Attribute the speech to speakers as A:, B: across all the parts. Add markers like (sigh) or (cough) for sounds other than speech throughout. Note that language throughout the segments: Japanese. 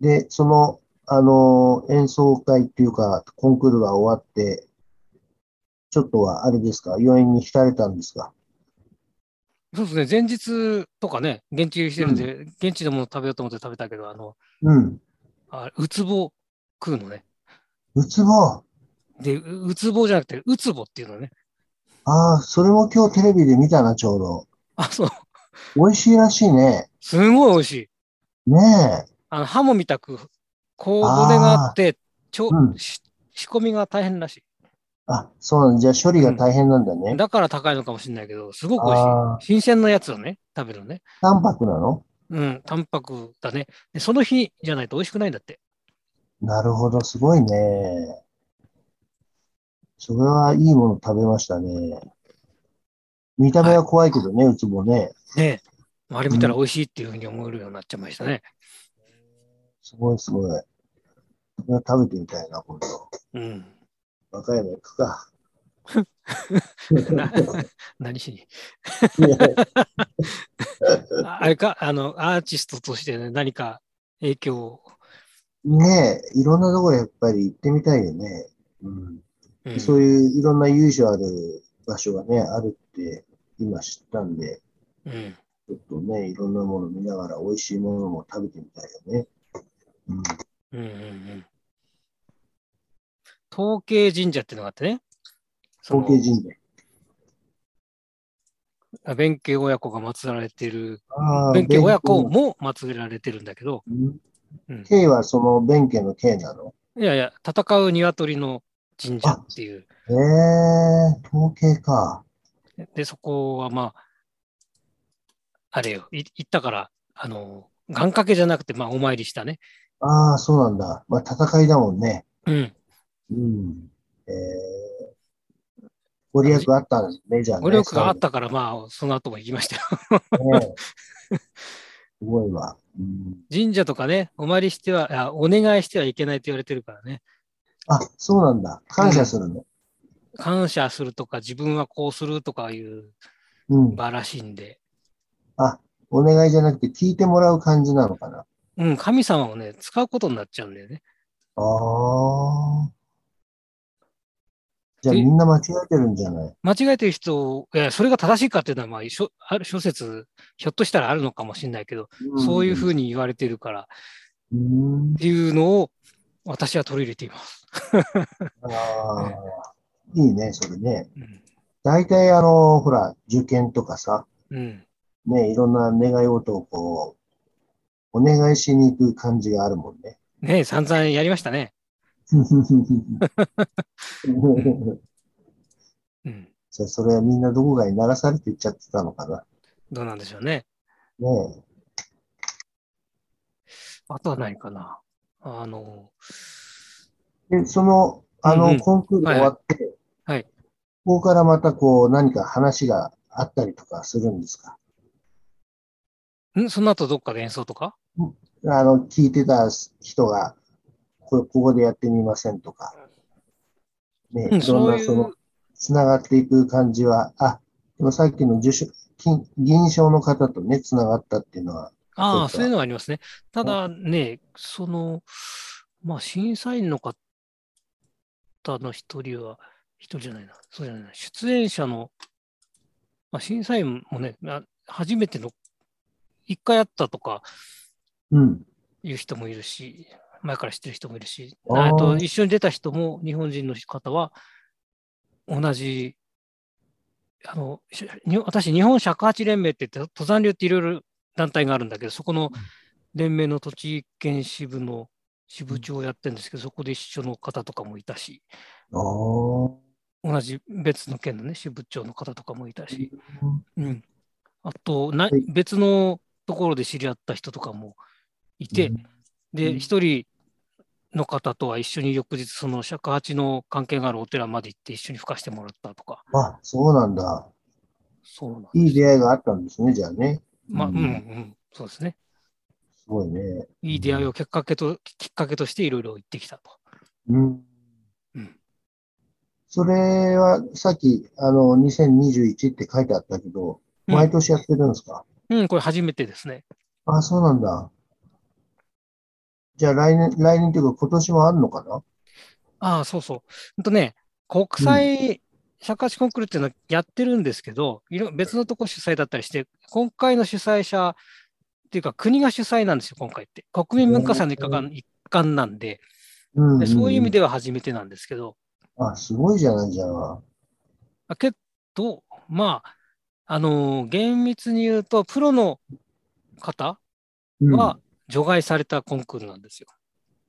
A: で、その、あの、演奏会っていうか、コンクールが終わって、ちょっとはあれですか、余韻に浸れたんですか
B: そうですね、前日とかね、現地入りしてるんで、うん、現地のもの食べようと思って食べたけど、あの、
A: うん。
B: あうつぼ食うのね。
A: うつぼ
B: で、うつぼじゃなくて、うつぼっていうのね。 (laughs)
A: ああ、それも今日テレビで見たな、ちょうど。
B: あ、そう。
A: 美味しいらしいね。
B: すごい美味し
A: い。ねえ。
B: あの、ハモみたく、小骨があって、ちょ、うん、し仕込みが大変らしい。
A: あ、そうなんじゃあ処理が大変なんだね、
B: うん、だから高いのかもしれないけど、すごく美味しい。新鮮なやつをね、食べるね。
A: タンパクなの
B: うん、タンパクだねで。その日じゃないと美味しくないんだって。
A: なるほど、すごいね。それはいいもの食べましたね。見た目は怖いけどね、はい、うつぼね。
B: ねあれ見たら美味しいっていうふうに思えるようになっちゃいましたね。
A: うん、すごいすごい。これは食べてみたいな、今
B: 度。うん。
A: 和歌山行くか。
B: (laughs)
A: (laughs)
B: 何しにあれか、あの、アーティストとして、ね、何か影響を。
A: ねえ、いろんなところやっぱり行ってみたいよね。うん。うん、そういういろんな由緒ある場所がね、あるって今知ったんで、
B: うん、
A: ちょっとね、いろんなもの見ながら美味しいものも食べてみたいよね。うん。
B: うんうんうん統計神社っていうのがあってね。
A: 統計神
B: 社。弁慶親子が祀られてる。弁慶親子も祀られてるんだけど。
A: 慶、うん、はその弁慶の慶なの
B: いやいや、戦う鶏の神社っていう。
A: へえー、統計か。
B: で、そこはまあ、あれよ、行ったから、あの、願掛けじゃなくて、まあ、お参りしたね。
A: ああ、そうなんだ。まあ、戦いだもんね。
B: うん。
A: うん。えー、ご利益あったんですね、じゃあ、ね、
B: ご利益があったから、まあ、その後も行きましたよ (laughs)
A: ね。すごいわ、うん、
B: 神社とかね、お参りしてはお願いしてはいけないと言われてるからね。
A: あ、そうなんだ。感謝するの、
B: うん、感謝するとか、自分はこうするとかいう場らしいんで、
A: うん、あ、お願いじゃなくて聞いてもらう感じなのかな。
B: うん、神様をね、使うことになっちゃうんだよね。
A: ああ。じゃあみんな間違えてるんじゃない
B: 間違えてる人、いやそれが正しいかっていうのは、まあ、しょある諸説、ひょっとしたらあるのかもしれないけど、うん、そういうふうに言われてるから、
A: うん、
B: っていうのを私は取り入れています。
A: あいいね、それね。うん、大体、あの、ほら、受験とかさ、
B: うん、
A: ね、いろんな願い事をこう、お願いしに行く感じがあるもん
B: (laughs)
A: ね。
B: ね散々やりましたね。
A: うん、じゃあ、それはみんなどこかに流されていっちゃってたのかな。
B: どうなんでしょうね。
A: ね
B: え。あとは何かな。あの
A: ー、で、その、あの、うんうん、コンクール終わって、はい、
B: はい、
A: ここからまたこう、何か話があったりとかするんですか
B: んその後どっかで演奏とか
A: あの、聞いてた人がこれ、ここでやってみませんとか。ね、いろんなその、つながっていく感じは、あ、でもさっきの受賞、金銀賞の方とね、つながったっていうのは。
B: ああ、そういうのはありますね。ただね、その、まあ、審査員の方の一人は、一人じゃないな、そうじゃないな、出演者の、まあ、審査員もね、初めての、一回会ったとか、
A: うん。
B: いう人もいるし、前から知ってる人もいるし、あと一緒に出た人も日本人の方は同じ、あの私、日本尺八連盟って言って、登山流っていろいろ団体があるんだけど、そこの連盟の栃木県支部の支部長をやってるんですけど、そこで一緒の方とかもいたし、
A: 同
B: じ別の県のね、支部長の方とかもいたし、うん、あとな、別のところで知り合った人とかもいて、で、一、うん、人の方とは一緒に翌日、その尺八の関係があるお寺まで行って一緒に吹かしてもらったとか。
A: あ、そうなんだ。
B: そうなん
A: いい出会いがあったんですね、じゃあね。
B: まあ、うん、うん、うん、そうですね。
A: すごいね。
B: いい出会いをきっかけと、きっかけとしていろいろ行ってきたと。
A: うん。
B: うん。
A: それは、さっき、あの、2021って書いてあったけど、毎年やってるんですか、
B: うん、うん、これ初めてですね。
A: あ、そうなんだ。じゃあ来年、来年というか今年もあるのかな
B: ああ、そうそう。ほんとね、国際尺八コンクールっていうのはやってるんですけど、いろ別のとこ主催だったりして、今回の主催者っていうか国が主催なんですよ、今回って。国民文化祭の一環,、一環なんで
A: うん
B: で、そういう意味
A: で。
B: では初めてなんですけど、
A: あ、すごいじゃないじゃあ。
B: あけど、まあ、あのー厳密に言うと、プロの方
A: うん、あ
B: は除外されたコンクールなんですよ。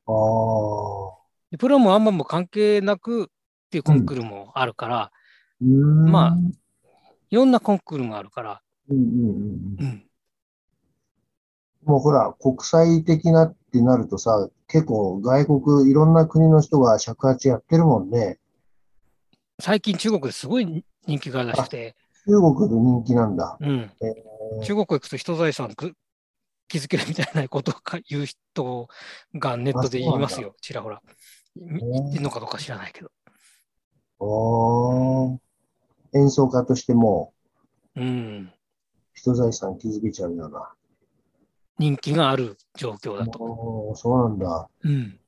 A: あー。
B: でプロもアンマンも関係なくっていうコンクールもあるから、
A: うーん
B: まあ、いろんなコンクールがあるから、
A: うんうんうん
B: う。ん、
A: もうほら、国際的なってなるとさ、結構外国、いろんな国の人が尺八やってるもんね。
B: 最近中国ですごい人気があるらしくて、
A: 中国で人気なんだ。
B: うん、中国行くと人財産く築けるみたいなことをか言う人がネットで言いますよ、ちらほら。み言ってんのかどうか知らないけど。
A: おー演奏家としても
B: うん、
A: 人財産築けちゃうような。
B: 人気がある状況だと。
A: おーそうなんだ。
B: うん、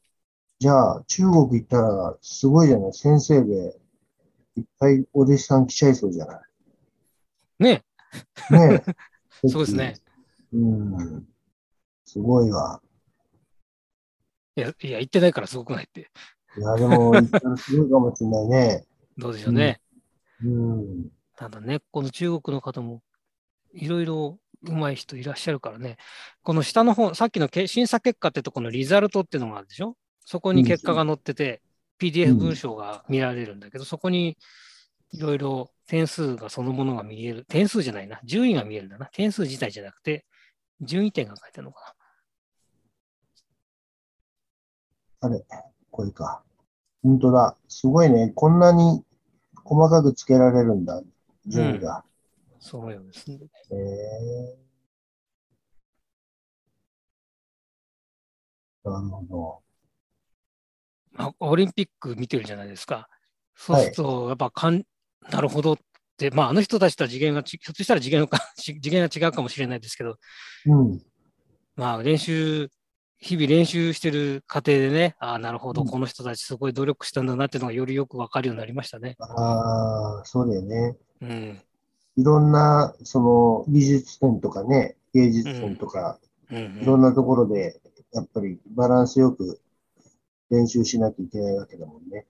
A: じゃあ、中国行ったらすごいじゃない先生でいっぱいお弟子さん来ちゃいそうじゃな
B: ね
A: いねえ
B: (laughs) そうですね。
A: うん。すごいわ。
B: いや、いや言ってないからすごくないって。
A: いや、でも、行ったらすごいかもしれないね。
B: どうでしょうね。
A: うん。
B: ただね、この中国の方もいろいろ上手い人いらっしゃるからね。この下の方、さっきのけ審査結果ってとこのリザルトっていうのがあるでしょそこに結果が載ってて、
A: う
B: PDF
A: ん
B: 文章が見られるんだけど、そこにいろいろ点数がそのものが見える。点数じゃないな。順位が見えるんだな。点数自体じゃなくて、順位点が書いてあるのか
A: あ
B: な。
A: れ、これか。本当だ。すごいね。こんなに細かくつけられるんだ。順位が。
B: そのようですね。
A: へえなるほど。
B: まあ、オリンピック見てるじゃないですか。そうすると、やっぱかん、なるほどって、まあ、あの人たちとは次元がち、ひょっとしたら次元が次元が違うかも (laughs) しれないですけど、
A: うん。
B: まあ、練習、日々練習してる過程でね、ああ、なるほど、
A: うん
B: この人たちすごい努力したんだなっていうのがよりよくわかるようになりましたね。
A: ああ、そうだよね。
B: うん。
A: いろんな、その、美術展とかね、芸術展とか、
B: うん、
A: いろ
B: うんん。
A: なところで、やっぱりバランスよく練習しなきゃいけないわけだもんね。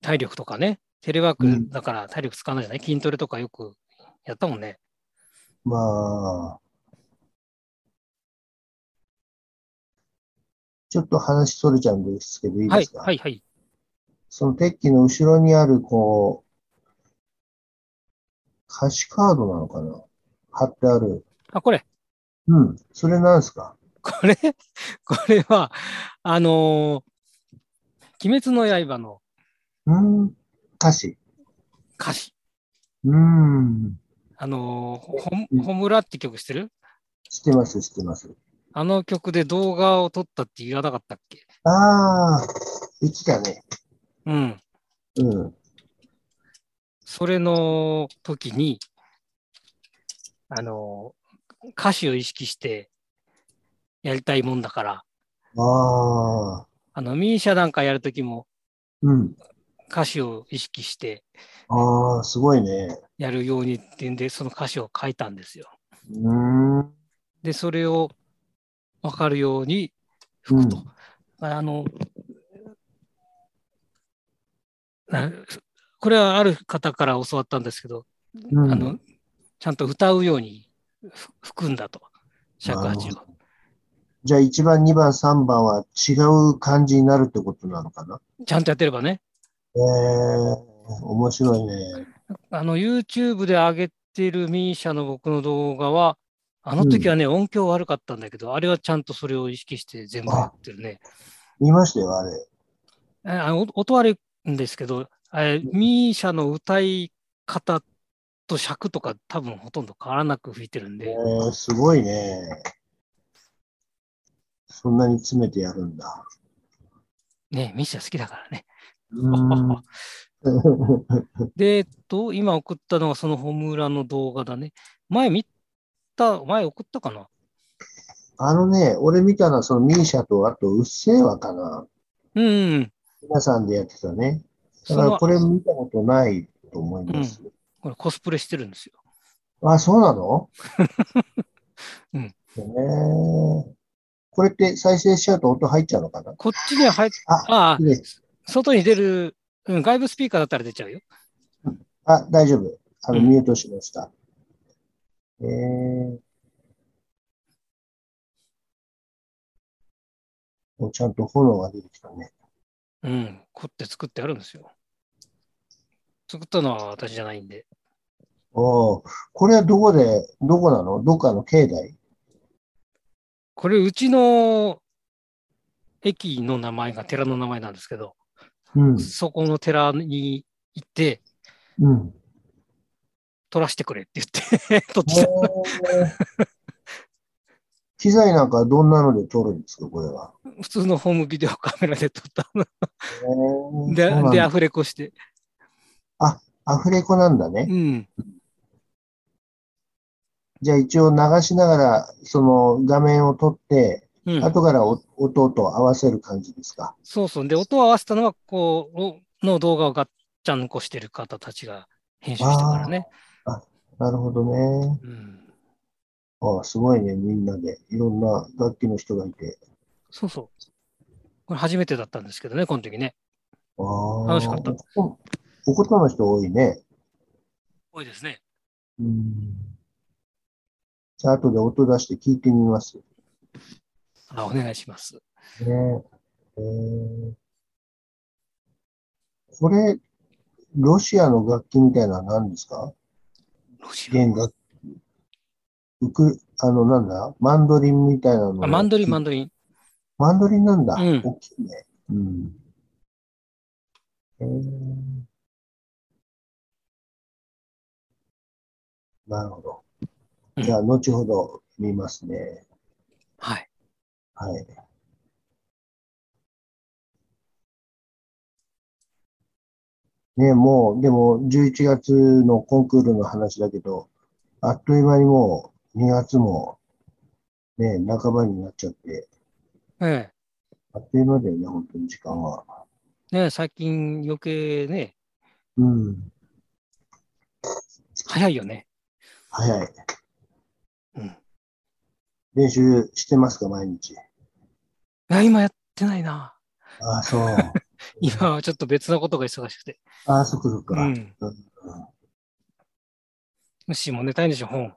B: 体力とかね、テレワークだから体力使わないじゃない、筋トレとかよくやったもんね。
A: まあ、ちょっと話それちゃうんですけど、いい
B: は
A: で
B: い
A: す、か
B: はい、はい。
A: その鉄器の後ろにある、こう、歌詞カードなのかな貼ってある。
B: あ、これ、
A: うん。それなんですか
B: これ、 (laughs) これは、あのー鬼滅の刃の
A: うん。歌詞。
B: 歌詞、
A: うん。
B: あのー
A: うん
B: ほ、ほむらって曲してる
A: 知ってます、知ってます。
B: あの曲で動画を撮ったって言わなかったっけ
A: ああ、言ってたね。
B: うん。
A: うん。
B: それの時に、あのー歌詞を意識してやりたいもんだから、
A: ああ、
B: あの、ミーシャなんかやる時も
A: うん。
B: 歌詞を意識して
A: ああ、すごいね。
B: やるようにっていうんで、その歌詞を書いたんですよ。
A: うん。
B: で、それを分かるように吹くと。あの、なこれはある方から教わったんですけど、
A: うん
B: あの、ちゃんと歌うようにふ吹くんだと。尺八
A: なる
B: を。
A: じゃあ1番、2番、3番は違う感じになるってことなのかな
B: ちゃんとやってればね。
A: えー、面白いね。
B: あの、YouTube で上げてるミーシャの僕の動画は、あの時はね、音響悪かったんだけど、あれはちゃんとそれを意識して全部やってるね。
A: 見ましたよ、あれ。
B: ああの音音悪いんですけど、えミーシャの歌い方と尺とか多分ほとんど変わらなく吹いてるん
A: え
B: で、
A: ー、すごいね。そんなに詰めてやるんだ。
B: ね、ミーシャ好きだからね。
A: うーん
B: (laughs)
A: (laughs)
B: で、えっと、今送ったのがそのホムラの動画だね。前見た、前送ったかな
A: あのね、俺見たのはそのミーシャと、あと、うっせぇわかな。
B: うん。
A: 皆さんでやってたね。だからこれ見たことないと思います。
B: これコスプレしてるんですよ。
A: あ、そうな (laughs) の
B: うん
A: ねえこれって再生しちゃうと音入っちゃうのかな
B: こっちには入っ
A: あ
B: ああ
A: いい、です
B: 外に出る、うん、外部スピーカーだったら出ちゃうよ。
A: あ、大丈夫。あの、
B: うん
A: ミュートしました。えー。おちゃんと炎が出てきたね。
B: うん、凝って作ってあるんですよ。作ったのは私じゃないんで。
A: おお、これはどこで、どこなのどっかの境内
B: これ、うちの駅の名前が寺の名前なんですけど、
A: うん。
B: そこの寺に行って、
A: うん。
B: 撮らせてくれっ
A: (laughs)
B: て言って、撮ってき
A: え
B: た。
A: ー機材なんかどんなので撮るんですか、これは。
B: 普通のホームビデオカメラで撮ったの。
A: えー
B: で
A: そうなん、
B: で
A: だ
B: アフレコして。
A: アフレコなんだね。
B: うん。
A: じゃあ一応流しながら、その画面を撮って、
B: うん、
A: 後からお音と合わせる感じですか。
B: そうそう。で、音を合わせたのは、こう、おの動画をガッチャンコしてる方たちが編集したからね。
A: なるほどね。
B: うん、
A: ああ、すごいね、みんなで。いろんな楽器の人がいて。
B: そうそう。これ初めてだったんですけどね、この時ね。
A: ああ。
B: 楽しかった
A: お。おことの人多いね。
B: 多いですね。
A: うん。じゃあ、後で音出して聞いてみます。ね
B: あ、お願いします。
A: えーこれ、ロシアの楽器みたいなのは何ですか
B: ロシ
A: 弦楽器。ウク、あの、なんだマンドリンみたいなの。
B: ア。あ、マンドリン、マ
A: ン
B: ンドリン。
A: マンドリンなんだ。
B: うん
A: 大きいね。うん。えーなるほど。
B: うん
A: じゃあ、後ほど見ますね。
B: はい。
A: はい。ね、もう、でも、11月のコンクールの話だけど、あっという間にもう、2月も、ね、半ばになっちゃって、
B: え
A: あっという間だよね、本当に時間は。
B: え。ねえ最近余計ね、
A: うん、
B: 早いよね。
A: 早い。
B: うん。
A: 練習してますか、毎日。
B: いや、今やってないな。
A: ああ、そう。
B: (laughs) 今はちょっと別のことが忙しくて。
A: ああ、そっかそっ
B: う
A: か。い
B: ん。むしも寝たいんでしょ、本。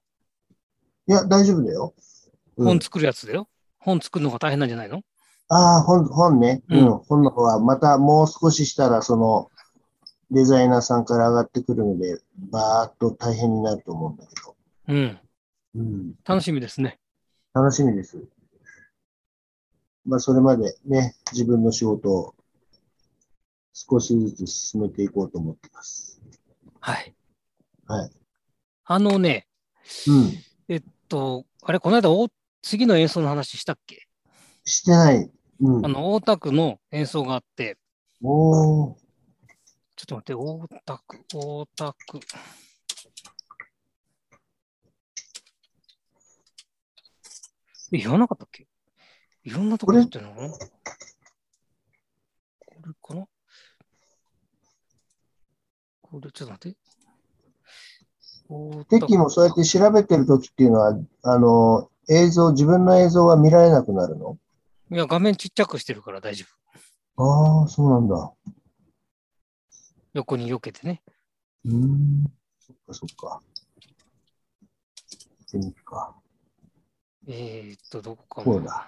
A: や、大丈夫だよ。うん
B: 本作るやつだよ。本作るのが大変なんじゃないの
A: ああ、本、本ね。
B: う
A: うんん。本の方は、またもう少ししたら、その、デザイナーさんから上がってくるので、ばーっと大変になると思うんだけど。
B: うん。
A: うん。
B: 楽しみですね。
A: 楽しみです。まあ、それまでね、自分の仕事を少しずつ進めていこうと思ってます。
B: はい。
A: はい。
B: あのね、
A: うん。
B: と、あれ、この間、お次の演奏の話したっけ
A: してない。うん
B: あ。の、大田区の演奏があって、
A: おー。
B: ちょっと待って、大田区、大田区。え、言わなかったっけいろんなところやってるのかなこれかなこれ、ちょっと待って。大
A: テ
B: 田
A: ッ
B: 区
A: キーもそうやって調べてるときっていうのは、あの、映像、自分の映像は見られなくなるの
B: いや、画面ちっちゃくしてるから大丈夫。
A: ああ、そうなんだ。
B: 横に避けてね。
A: うーん。そっかそっか。行ってみるか。
B: えー、っと、どこか
A: そ
B: な
A: うだ。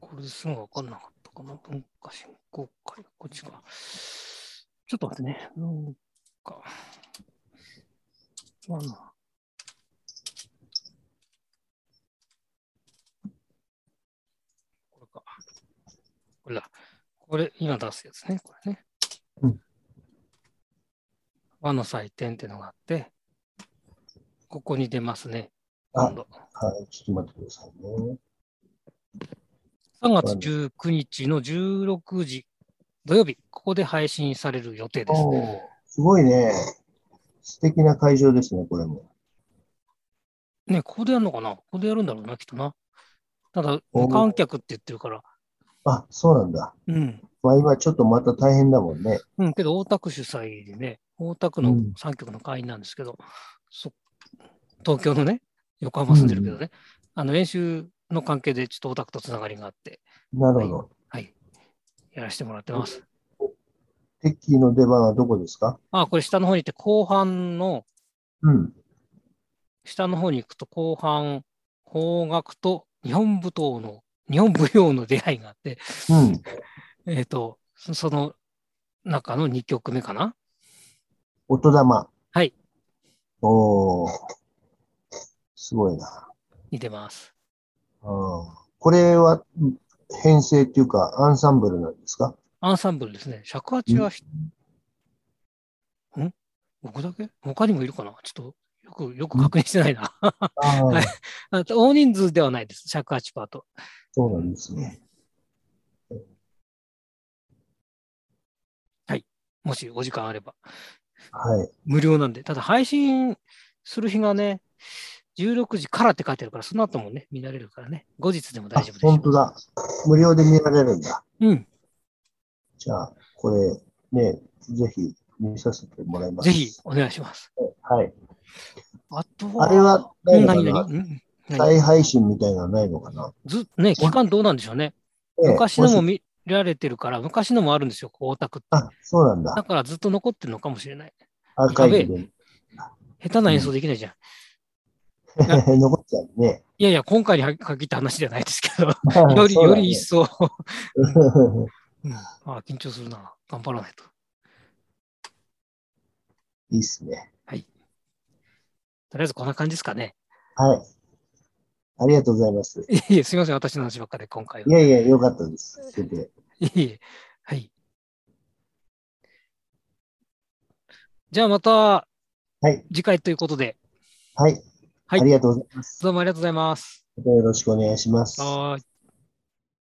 B: これすぐ分かんなかったかな。文化振興会、こっちか。ちょっと待ってね。文化。まあまあこれか。これだ。これ、今出すやつね。これね。
A: うん。
B: 和の祭典ってのがあって、ここに出ますね。
A: あ
B: 今度。
A: はい、ちょっと待ってくださいね。
B: 3月19日の16時土曜日、ここで配信される予定です。
A: おーすごいね。素敵な会場ですね、これも。
B: ね、ここでやるのかなここでやるんだろうな、きっとな。ただ、無観客って言ってるから。
A: あ、そうなんだ。
B: うん。
A: まあ今ちょっとまた大変だもんね。
B: うん、けど大田区主催でね、大田区
A: う
B: の
A: ん
B: 3局の会員なんですけど、そ東京のね、横浜住んでるけどね、あの演習の関係でちょっと大田区とつながりがあって、
A: なるほど。
B: はい、やらせてもらってます。
A: テッキーの出番はどこですか
B: あ、これ下の方に行って、後半の、
A: うん。
B: 下の方に行くと後半、邦楽と日本舞踏の、日本舞踊の出会いがあって、 (laughs)
A: うん。
B: えっ、と、そその中の2曲目かな。
A: 音玉。
B: はい。
A: おー。すごいな。
B: に出ます。
A: うんこれはうん編成っていうか、アンサンブルなんですか
B: アンサンブルですね。尺八はひ、ん僕だけ他にもいるかなちょっと、よく、よく確認してない (laughs) な。
A: ああ、
B: はいあと大人数ではないです。尺八パート。
A: そうなんですね。
B: もしお時間あれば。
A: はい。
B: 無料なんで。ただ配信する日がね、16時からって書いてあるから、その後もね、見られるからね。後日でも
A: あ
B: 大丈夫でしょ
A: 本当だ。無料で見られるんだ。
B: うん。
A: じゃあ、これ、ね、ぜひ見させてもらいます。
B: ぜひ。お願いします。
A: はい。
B: あと
A: あれは
B: う
A: 何
B: ん
A: だろ
B: 何
A: うな
B: 々うん何
A: 再配信みたいなのはないのかな、
B: ずね、期間どうなんでしょうね。
A: ええ
B: 昔のも
A: し
B: 見られてるから、昔のもあるんですよ、こうオタクって。
A: あ、そうなん
B: だ
A: だ。
B: からずっと残ってるのかもしれない。
A: アーカイブで。
B: 下手な演奏できないじゃん。やべ
A: (laughs) 残っちゃうね。
B: いやいや、今回に限った話じゃないですけど、よ
A: よ
B: り、よ
A: (laughs)
B: り一層。
A: 層。
B: うん、あ (laughs) あ緊張するな。頑張らないと。
A: いいっすね。
B: とりあえずこんな感じですかね。
A: はい。ありがとうございます。
B: いえいえ、すみません。私の話ばっかりで、今回
A: い
B: は。
A: やいや、よかったです。聞けて。
B: いえいえ。はい。じゃあまた
A: はい。
B: 次回ということで、
A: はい。
B: はい
A: ありがとうございます。
B: どうもありがとうございます。
A: またよろしくお願いします。
B: はーい。